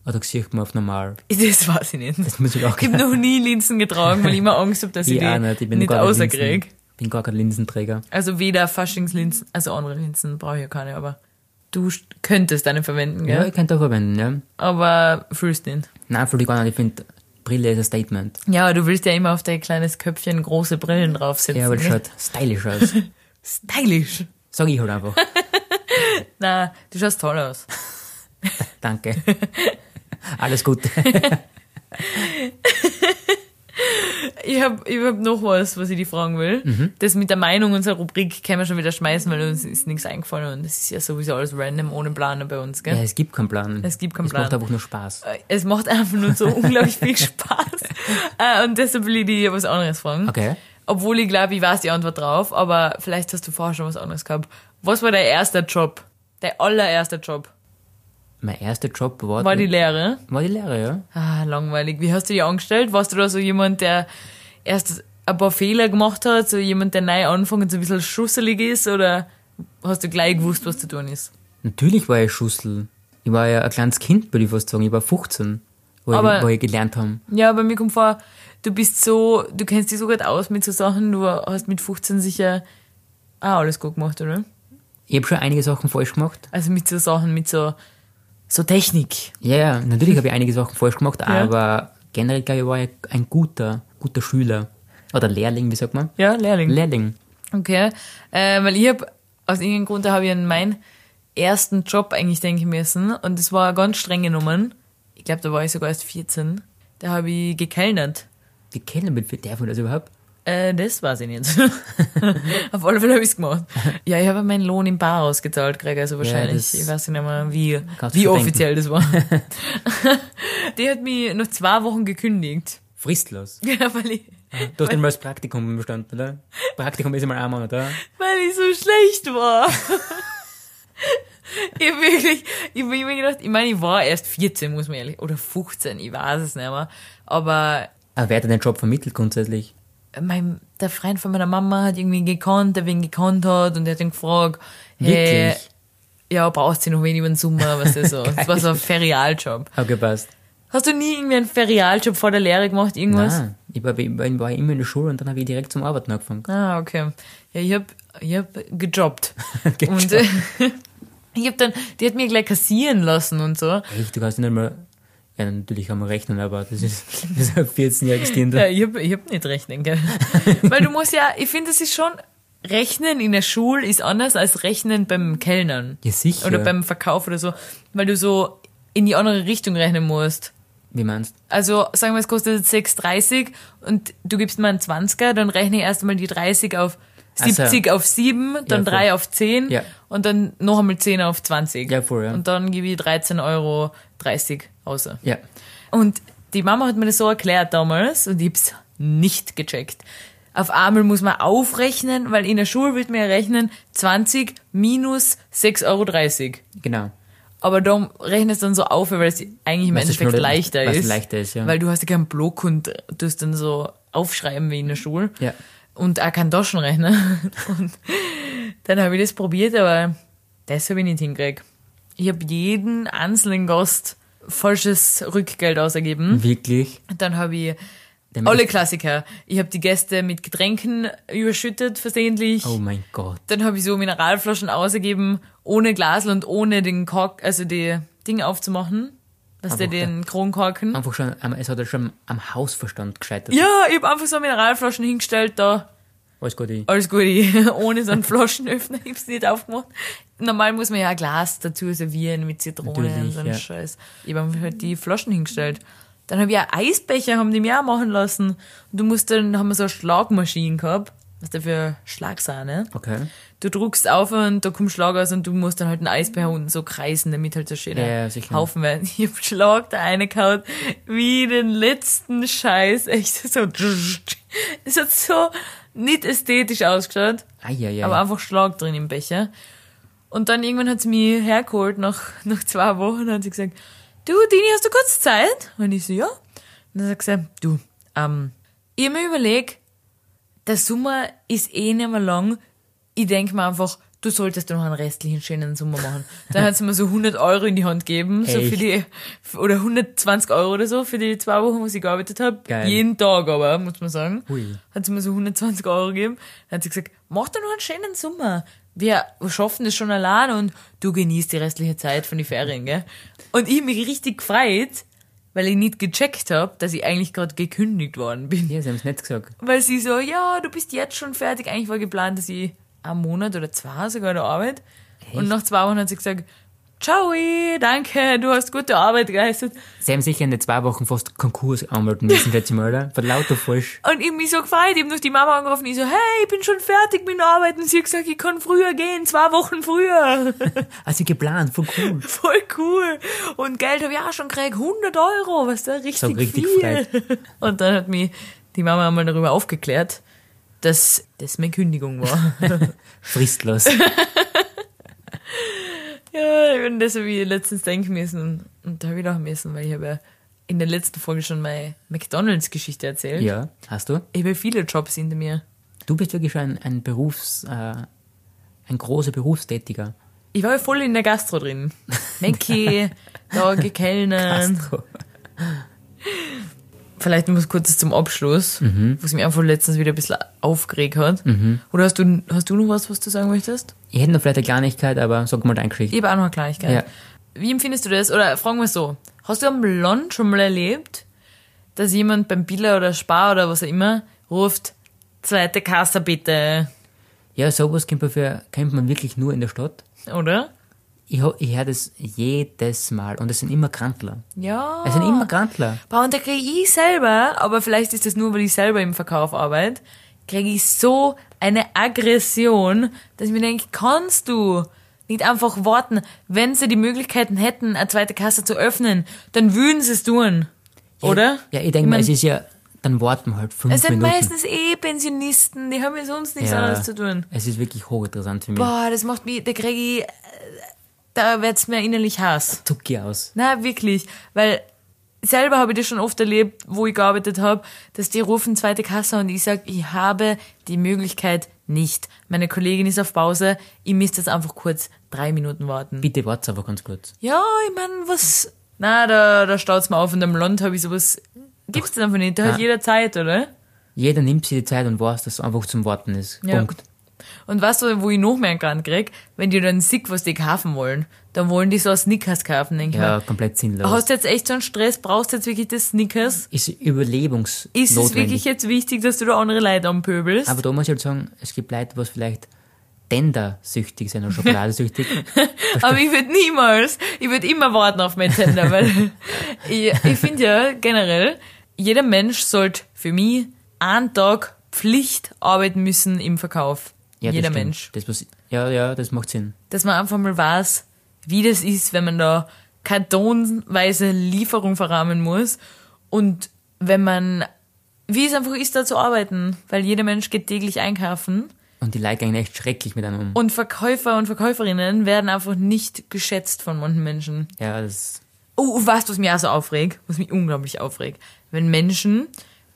Oder sieht man auf normal? das weiß ich nicht. Das muss ich auch Ich habe noch nie Linsen getragen, weil ich immer Angst habe, dass ich, Ich die auch nicht, ich bin nicht gar kein rauskriege. Linsen, bin gar kein Linsenträger. Also weder Faschingslinsen, also andere Linsen brauche ich ja keine, aber du st- könntest deine verwenden, Ja, gell? ich könnte auch verwenden, ja. Aber fühlst nicht. Nein, völlig gar nicht. Ich finde, Brille ist ein Statement. Ja, aber du willst ja immer auf dein kleines Köpfchen große Brillen draufsetzen. Ja, aber das gell? schaut stylisch aus. Stylisch. Sag ich halt einfach. Na, du schaust toll aus. Danke. Alles Gute. Ich hab, ich hab noch was, was ich dich fragen will. Das mit der Meinung unserer Rubrik können wir schon wieder schmeißen, weil uns ist nichts eingefallen und es ist ja sowieso alles random, ohne Planer bei uns, Ja, gell? es gibt keinen Plan. Es gibt keinen Es macht Plan. einfach nur Spaß. Es macht einfach nur so unglaublich viel Spaß. Äh, und deshalb will ich dir was anderes fragen. Okay. Obwohl ich glaube, ich weiß die Antwort drauf, aber vielleicht hast du vorher schon was anderes gehabt. Was war dein erster Job? Dein allererster Job? Mein erster Job war, War die Lehre? war die Lehre, ja. Ah, langweilig. Wie hast du dich angestellt? Warst du da so jemand, der erst ein paar Fehler gemacht hat, so jemand, der neu anfängt und so ein bisschen schusselig ist, oder hast du gleich gewusst, was zu tun ist? Natürlich war ich Schussel. Ich war ja ein kleines Kind, würde ich fast sagen. Ich war 15, wo, Aber- ich, wo ich gelernt habe. Ja, bei mir kommt vor, du bist so, du kennst dich so gut aus mit so Sachen, du hast mit 15 sicher auch alles gut gemacht, oder? Ich habe schon einige Sachen falsch gemacht. Also mit so Sachen, mit so, so Technik. Ja, ja, natürlich habe ich einige Sachen falsch gemacht, Ja. aber generell, glaube ich, war ich ein guter, guter Schüler. Oder Lehrling, wie sagt man? Ja, Lehrling. Lehrling. Okay, äh, weil ich habe, aus irgendeinem Grund, da habe ich an meinen ersten Job eigentlich denken müssen und es war ganz streng genommen. Ich glaube, da war ich sogar erst 14. Da habe ich gekellnert. Die kennen mit, mit der von das überhaupt? Äh, das weiß ich nicht. Auf alle Fälle habe ich's gemacht. Ja, ich habe meinen Lohn im Bar ausgezahlt gekriegt, also wahrscheinlich. das- ich weiß nicht mehr, wie, Kannst du wie schon offiziell das war. Die hat mich nach zwei Wochen gekündigt. Fristlos. Ja, weil ich, Du hast einmal das Praktikum bestanden, oder? Praktikum ist einmal ein Monat, oder? Weil ich so schlecht war. ich hab wirklich, ich hab immer gedacht, ich meine, ich war erst 14, muss man ehrlich, oder 15, ich weiß es nicht mehr. Aber äh, Aber Ah, wer hat dir den Job vermittelt grundsätzlich? mein, der Freund von meiner Mama hat irgendwie gekonnt, der wen gekonnt hat und der hat ihn gefragt, hey, Wirklich? ja, brauchst du noch wen über den Sommer, was ist so. Das war so ein Geil. Ferialjob. Hab gepasst. Hast du nie irgendwie einen Ferialjob vor der Lehre gemacht, irgendwas? Nein, ich war, ich war- war immer in der Schule und dann habe ich direkt zum Arbeiten angefangen. Ah, okay. Ja, ich hab, ich hab gejobbt. Gejobbt. Und äh, ich hab dann, die hat mir gleich kassieren lassen und so. Echt, du kannst nicht mal... Ja, natürlich kann man rechnen, aber das ist, das ist ein 14-jähriges Kind. Ja, ich hab, ich hab nicht rechnen, gell? Weil du musst ja, ich finde, es ist schon, Rechnen in der Schule ist anders als Rechnen beim Kellnern. Ja, sicher. Oder beim Verkauf oder so. Weil du so in die andere Richtung rechnen musst. Wie meinst du? Also sagen wir, es kostet jetzt 6,30 und du gibst mir einen 20er, dann rechne ich erst einmal die 30 auf Ach so. 70 auf 7, dann voll. 3 auf 10 Ja. und dann noch einmal 10 auf 20. Ja, voll, ja. Und dann gebe ich 13,30 Euro außer. Ja. Und die Mama hat mir das so erklärt damals und ich hab's nicht gecheckt. Auf einmal muss man aufrechnen, weil in der Schule wird man ja rechnen 20 minus 6,30 Euro. Genau. Aber darum rechnest du dann so auf, weil es eigentlich im Weil es Endeffekt schnell- leichter weil es ist. leichter ist, ja. Weil du hast ja keinen Block und du hast dann so aufschreiben wie in der Schule. Ja. Und auch keinen Taschenrechner. Und dann habe ich das probiert, aber das habe ich nicht hingekriegt. Ich habe jeden einzelnen Gast falsches Rückgeld ausgegeben. Wirklich? Dann habe ich Der alle Mensch- Klassiker. Ich habe die Gäste mit Getränken überschüttet versehentlich Oh mein Gott. dann habe ich so Mineralflaschen ausgegeben, ohne Glasel und ohne den Kork, also die Ding aufzumachen. Was der Einfach, ja. den Kronkorken. Einfach schon, am- es hat ja schon am Hausverstand gescheitert. Ja, ich habe einfach so Mineralflaschen hingestellt, da Alles gut, ich. alles gut, ich- ohne so einen Flaschenöffner, ich hab's nicht aufgemacht. Normal muss man ja ein Glas dazu servieren mit Zitrone und Natürlich, so einen ja. Scheiß. Ich habe einfach halt die Flaschen hingestellt. Dann habe ich einen Eisbecher, haben die mir auch machen lassen. Und du musst dann, haben wir so eine Schlagmaschine gehabt, was da für Schlagsahne. Okay. du druckst auf und da kommt Schlag aus und du musst dann halt einen Eisbär unten so kreisen, damit halt so schön Mhm. Ja, ein ja, sicher. Haufen werden. Ich hab Schlag da reingehauen, wie den letzten Scheiß. Echt so. Es hat so nicht ästhetisch ausgeschaut, Eieiei. aber einfach Schlag drin im Becher. Und dann irgendwann hat sie mich hergeholt, nach, nach zwei Wochen, hat sie gesagt, du, Dini, hast du kurz Zeit? Und ich so, ja. Und dann hat sie gesagt, du, ähm, ich hab mir überlegt, der Sommer ist eh nicht mehr lang. Ich denk mir einfach, du solltest doch noch einen restlichen schönen Sommer machen. Dann hat sie mir so 100 Euro in die Hand gegeben, so für Echt? die, oder 120 Euro oder so für die zwei Wochen, was ich gearbeitet habe. Geil. Jeden Tag aber, muss man sagen. Ui. Hat sie mir so 120 Euro gegeben. Dann hat sie gesagt, mach doch noch einen schönen Sommer. Wir schaffen das schon allein und du genießt die restliche Zeit von den Ferien, gell? Und ich hab mich richtig gefreut, weil ich nicht gecheckt habe, dass ich eigentlich gerade gekündigt worden bin. ja, sie haben es nicht gesagt. Weil sie so, ja, du bist jetzt schon fertig. Eigentlich war geplant, dass ich einen Monat oder zwei sogar da arbeite. Und nach zwei Wochen hat sie gesagt, ciao, danke, du hast gute Arbeit geleistet. Sie haben sicher in den zwei Wochen fast Konkurs anmelden müssen, letztes Mal, oder? Von lauter falsch. Und ich hab mich so gefreut, ich hab noch die Mama angerufen, ich so, hey, ich bin schon fertig mit der Arbeit. Und sie hat gesagt, ich kann früher gehen, zwei Wochen früher. Also geplant, voll cool. Voll cool. Und Geld habe ich auch schon gekriegt, 100 Euro, was da richtig, So richtig viel. Und dann hat mich die Mama einmal darüber aufgeklärt, dass das meine Kündigung war. Fristlos. Ja, ich bin das habe ich letztens denken müssen und da habe ich auch müssen, weil ich habe ja in der letzten Folge schon meine McDonalds-Geschichte erzählt. ja, hast du? Ich habe viele Jobs hinter mir. Du bist wirklich ein, ein Berufs... Äh, ein großer Berufstätiger. Ich war ja voll in der Gastro drin. Mäcki, da gekellnern. Astro. Vielleicht muss kurzes zum Abschluss, Mhm. was mich einfach letztens wieder ein bisschen aufgeregt hat. Oder hast du, hast du noch was, was du sagen möchtest? Ich hätte noch vielleicht eine Kleinigkeit, aber sag mal deine Geschichte. Ich habe auch noch eine Kleinigkeit. Ja. Wie empfindest du das? Oder fragen wir es so. Hast du am Lunch schon mal erlebt, dass jemand beim Billa oder Spar oder was auch immer ruft, zweite Kasse bitte, Ja, sowas kennt man, für, kennt man wirklich nur in der Stadt. oder? Ich, ho- ich höre das jedes Mal und es sind immer Krantler. Ja. Es sind immer Krantler. Boah, und da kriege ich selber, aber vielleicht ist das nur, weil ich selber im Verkauf arbeite, kriege ich so eine Aggression, dass ich mir denke, kannst du nicht einfach warten, wenn sie die Möglichkeiten hätten, eine zweite Kasse zu öffnen, dann würden sie es tun. Oder? Ja, ich denke mal, mein, es ist ja dann warten wir halt fünf Es sind Minuten. meistens eh Pensionisten, die haben ja sonst nichts anderes zu tun. Es ist wirklich hochinteressant für mich. Boah, das macht mich, da kriege ich, äh, da wird's mir innerlich Hass. Zucki aus. Na wirklich, weil selber habe ich das schon oft erlebt, wo ich gearbeitet habe, dass die rufen zweite Kasse und ich sag, ich habe die Möglichkeit nicht. Meine Kollegin ist auf Pause, ich müsste jetzt einfach kurz drei Minuten warten. Bitte wart's einfach ganz kurz. Ja, ich mein, was, na, da, da staut's mir auf und am Land habe ich sowas, gibt's das einfach nicht, da hat Ah. jeder Zeit, oder? Jeder nimmt sich die Zeit und weiß, dass es einfach zum Warten ist. Ja. Punkt. Und weißt du, wo ich noch mehr Grand krieg? Wenn die dann sick, was die kaufen wollen, dann wollen die so ein Snickers kaufen, denke ich Ja, mir. komplett sinnlos. Hast du jetzt echt so einen Stress? Brauchst du jetzt wirklich das Snickers? ist überlebensnotwendig. Ist es wirklich jetzt wichtig, dass du da andere Leute anpöbelst? Aber da muss ich halt sagen, es gibt Leute, was vielleicht Tendersüchtig sind oder Schokoladensüchtig. Aber ich würde niemals, ich würde immer warten auf meinen Tender, weil ich, ich finde ja generell, jeder Mensch sollte für mich einen Tag Pflicht arbeiten müssen im Verkauf. Ja, das jeder stimmt. Mensch. Das, was, ja, ja, das macht Sinn. dass man einfach mal weiß, wie das ist, wenn man da kartonweise Lieferung verrahmen muss und wenn man, wie es einfach ist, da zu arbeiten, weil jeder Mensch geht täglich einkaufen Und die Leute gehen echt schrecklich mit einem um. und Verkäufer und Verkäuferinnen werden einfach nicht geschätzt von manchen Menschen. Ja, das, Oh, weißt du, was mich auch so aufregt? Was mich unglaublich aufregt. Wenn Menschen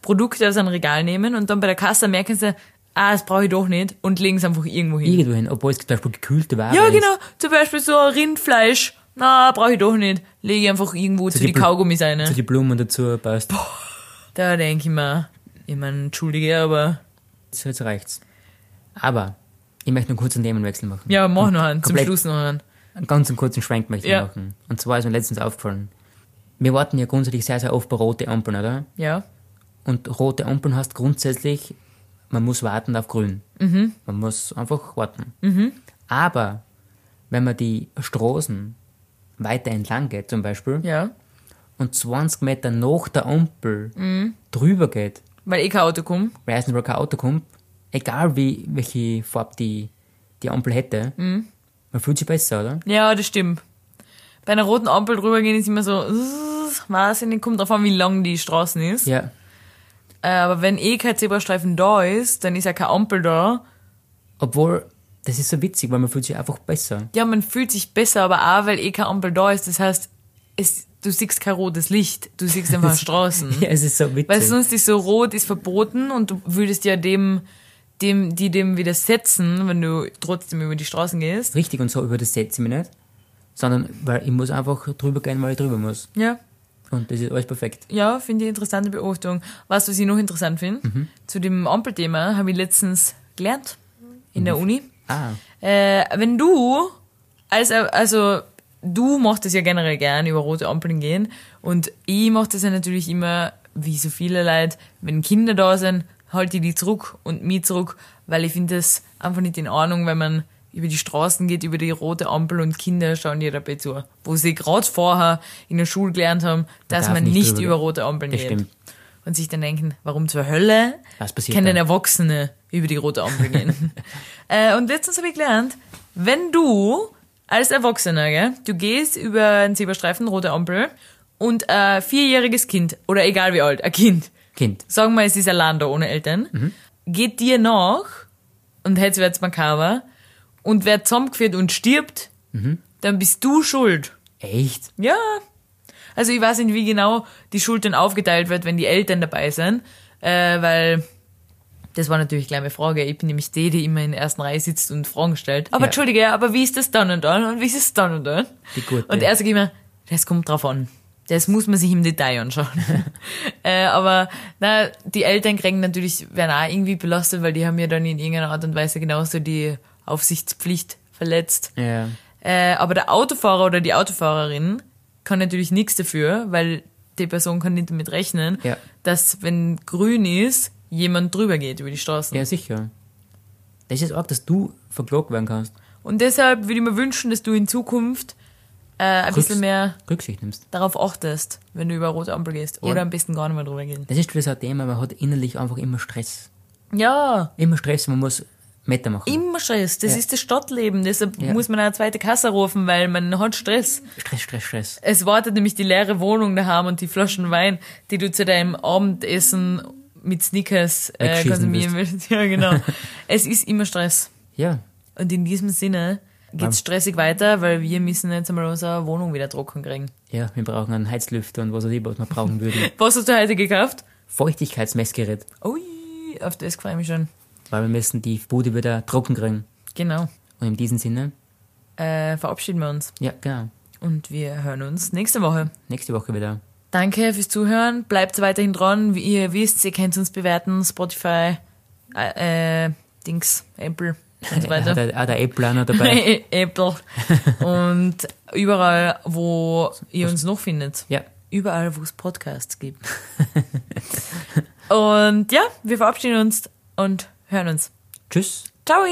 Produkte aus einem Regal nehmen und dann bei der Kasse merken sie, ah, das brauche ich doch nicht und legen es einfach irgendwo hin. irgendwohin, obwohl es zum Beispiel gekühlte Ware Ja, ist. genau. Zum Beispiel so ein Rindfleisch. Na, brauche ich doch nicht. Lege ich einfach irgendwo zu, die die Bl- Kaugummis eine. So die Blumen dazu passt. Boah. Da denke ich mir, ich meine, entschuldige, aber So, jetzt reicht's. Aber, ich möchte noch kurz einen Themenwechsel machen. ja, mach noch einen. Zum komplett. Schluss noch einen. Einen ganz kurzen Schwenk möchte Ja. ich machen. Und zwar ist mir letztens aufgefallen. Wir warten ja grundsätzlich sehr, sehr oft bei rote Ampeln, oder? Ja. Und rote Ampeln heißt grundsätzlich, man muss warten auf grün. Mhm. Man muss einfach warten. Aber wenn man die Straßen weiter entlang geht zum Beispiel Ja. und 20 Meter nach der Ampel Mhm. drüber geht, Weil eh kein Auto kommt. weil erstens mal kein Auto kommt, egal wie, welche Farbe die, die Ampel hätte, Mhm. man fühlt sich besser, oder? Ja, das stimmt. Bei einer roten Ampel drübergehen ist immer so, "Zzz", weiß ich nicht, kommt drauf an, wie lang die Straße ist. Ja, Äh, Aber wenn eh kein Zebrastreifen da ist, dann ist ja keine Ampel da. obwohl, das ist so witzig, weil man fühlt sich einfach besser. Ja, man fühlt sich besser, aber auch, weil eh keine Ampel da ist. Das heißt, es, du siehst kein rotes Licht. Du siehst einfach Straßen. Ja, es ist so witzig. Weil sonst ist so rot ist verboten und du würdest ja dem, dem, die dem widersetzen, wenn du trotzdem über die Straßen gehst. richtig und so über das setze ich mich nicht, sondern weil ich muss einfach drüber gehen, weil ich drüber muss. Ja. Und das ist alles perfekt. Ja, finde ich interessante Beobachtung. Weißt du, was ich noch interessant finde? Zu dem Ampelthema habe ich letztens gelernt in der Uni. Ah, Äh, wenn du, als, also du machst es ja generell gern über rote Ampeln gehen und ich mach das ja natürlich immer, wie so viele Leute, wenn Kinder da sind, halte ich die zurück und mich zurück, weil ich finde das einfach nicht in Ordnung, wenn man über die Straßen geht, über die rote Ampel und Kinder schauen dir dabei zu, wo sie gerade vorher in der Schule gelernt haben, dass darf man nicht nicht drüber über gehen. rote Ampeln Das geht. stimmt. Und sich dann denken, warum zur Hölle Was passiert kennen da? Erwachsene über die rote Ampel gehen. äh, und letztens habe ich gelernt, wenn du als Erwachsener, gell, du gehst über einen Zebrastreifen, rote Ampel, und ein vierjähriges Kind, oder egal wie alt, ein Kind, Kind. sagen wir, es ist allein da ohne Eltern, Mhm. geht dir nach, und jetzt wird's makaber, und wird zusammengeführt und stirbt, Mhm. dann bist du schuld. Echt? Ja. Also ich weiß nicht, wie genau die Schuld dann aufgeteilt wird, wenn die Eltern dabei sind, äh, weil das war natürlich gleich meine Frage. Ich bin nämlich die, die immer in der ersten Reihe sitzt und Fragen stellt. Aber Ja. entschuldige, aber wie ist das dann und dann und wie ist es dann und dann? Die Gute. Und er sagt immer, das kommt drauf an. Das muss man sich im Detail anschauen. äh, aber na, die Eltern kriegen natürlich, werden auch irgendwie belastet, weil die haben ja dann in irgendeiner Art und Weise genauso die Aufsichtspflicht verletzt. Ja. Äh, aber der Autofahrer oder die Autofahrerin kann natürlich nichts dafür, weil die Person kann nicht damit rechnen, Ja. dass wenn grün ist, jemand drüber geht über die Straßen. Ja, sicher. Das ist auch, dass du verklagt werden kannst. Und deshalb würde ich mir wünschen, dass du in Zukunft äh, ein bisschen Rücks- mehr Rücksicht nimmst. darauf achtest, wenn du über rote Ampel gehst. Ja. Oder am besten gar nicht mehr drüber gehen. Das ist wieder so ein Thema, man hat innerlich einfach immer Stress. Ja, Immer Stress, man muss Meter machen. Immer Stress. Das Ja. ist das Stadtleben. Deshalb Ja. muss man eine zweite Kasse rufen, weil man hat Stress. Stress, Stress, Stress. Es wartet nämlich die leere Wohnung daheim und die Flaschen Wein, die du zu deinem Abendessen mit Snickers äh, Wegschießen konsumieren willst. Ja, genau. es ist immer Stress. Ja, Und in diesem Sinne geht's stressig weiter, weil wir müssen jetzt einmal unsere Wohnung wieder trocken kriegen. ja, wir brauchen einen Heizlüfter und was auch immer, was wir brauchen würden. Was hast du heute gekauft? Feuchtigkeitsmessgerät, Ui, auf das freue ich mich schon. weil wir müssen die Bude wieder trocken kriegen. Genau. Und in diesem Sinne, Äh, verabschieden wir uns ja, genau, und wir hören uns nächste Woche. nächste Woche wieder. Danke fürs Zuhören. Bleibt weiterhin dran. Wie ihr wisst, ihr könnt uns bewerten. Spotify, äh, äh, Dings, Apple und so Ah, weiter. der, ah, der App-Planer dabei. Apple. Und überall, wo ihr uns noch findet. ja, Überall, wo es Podcasts gibt. Und ja, wir verabschieden uns und hören uns. tschüss. Ciao!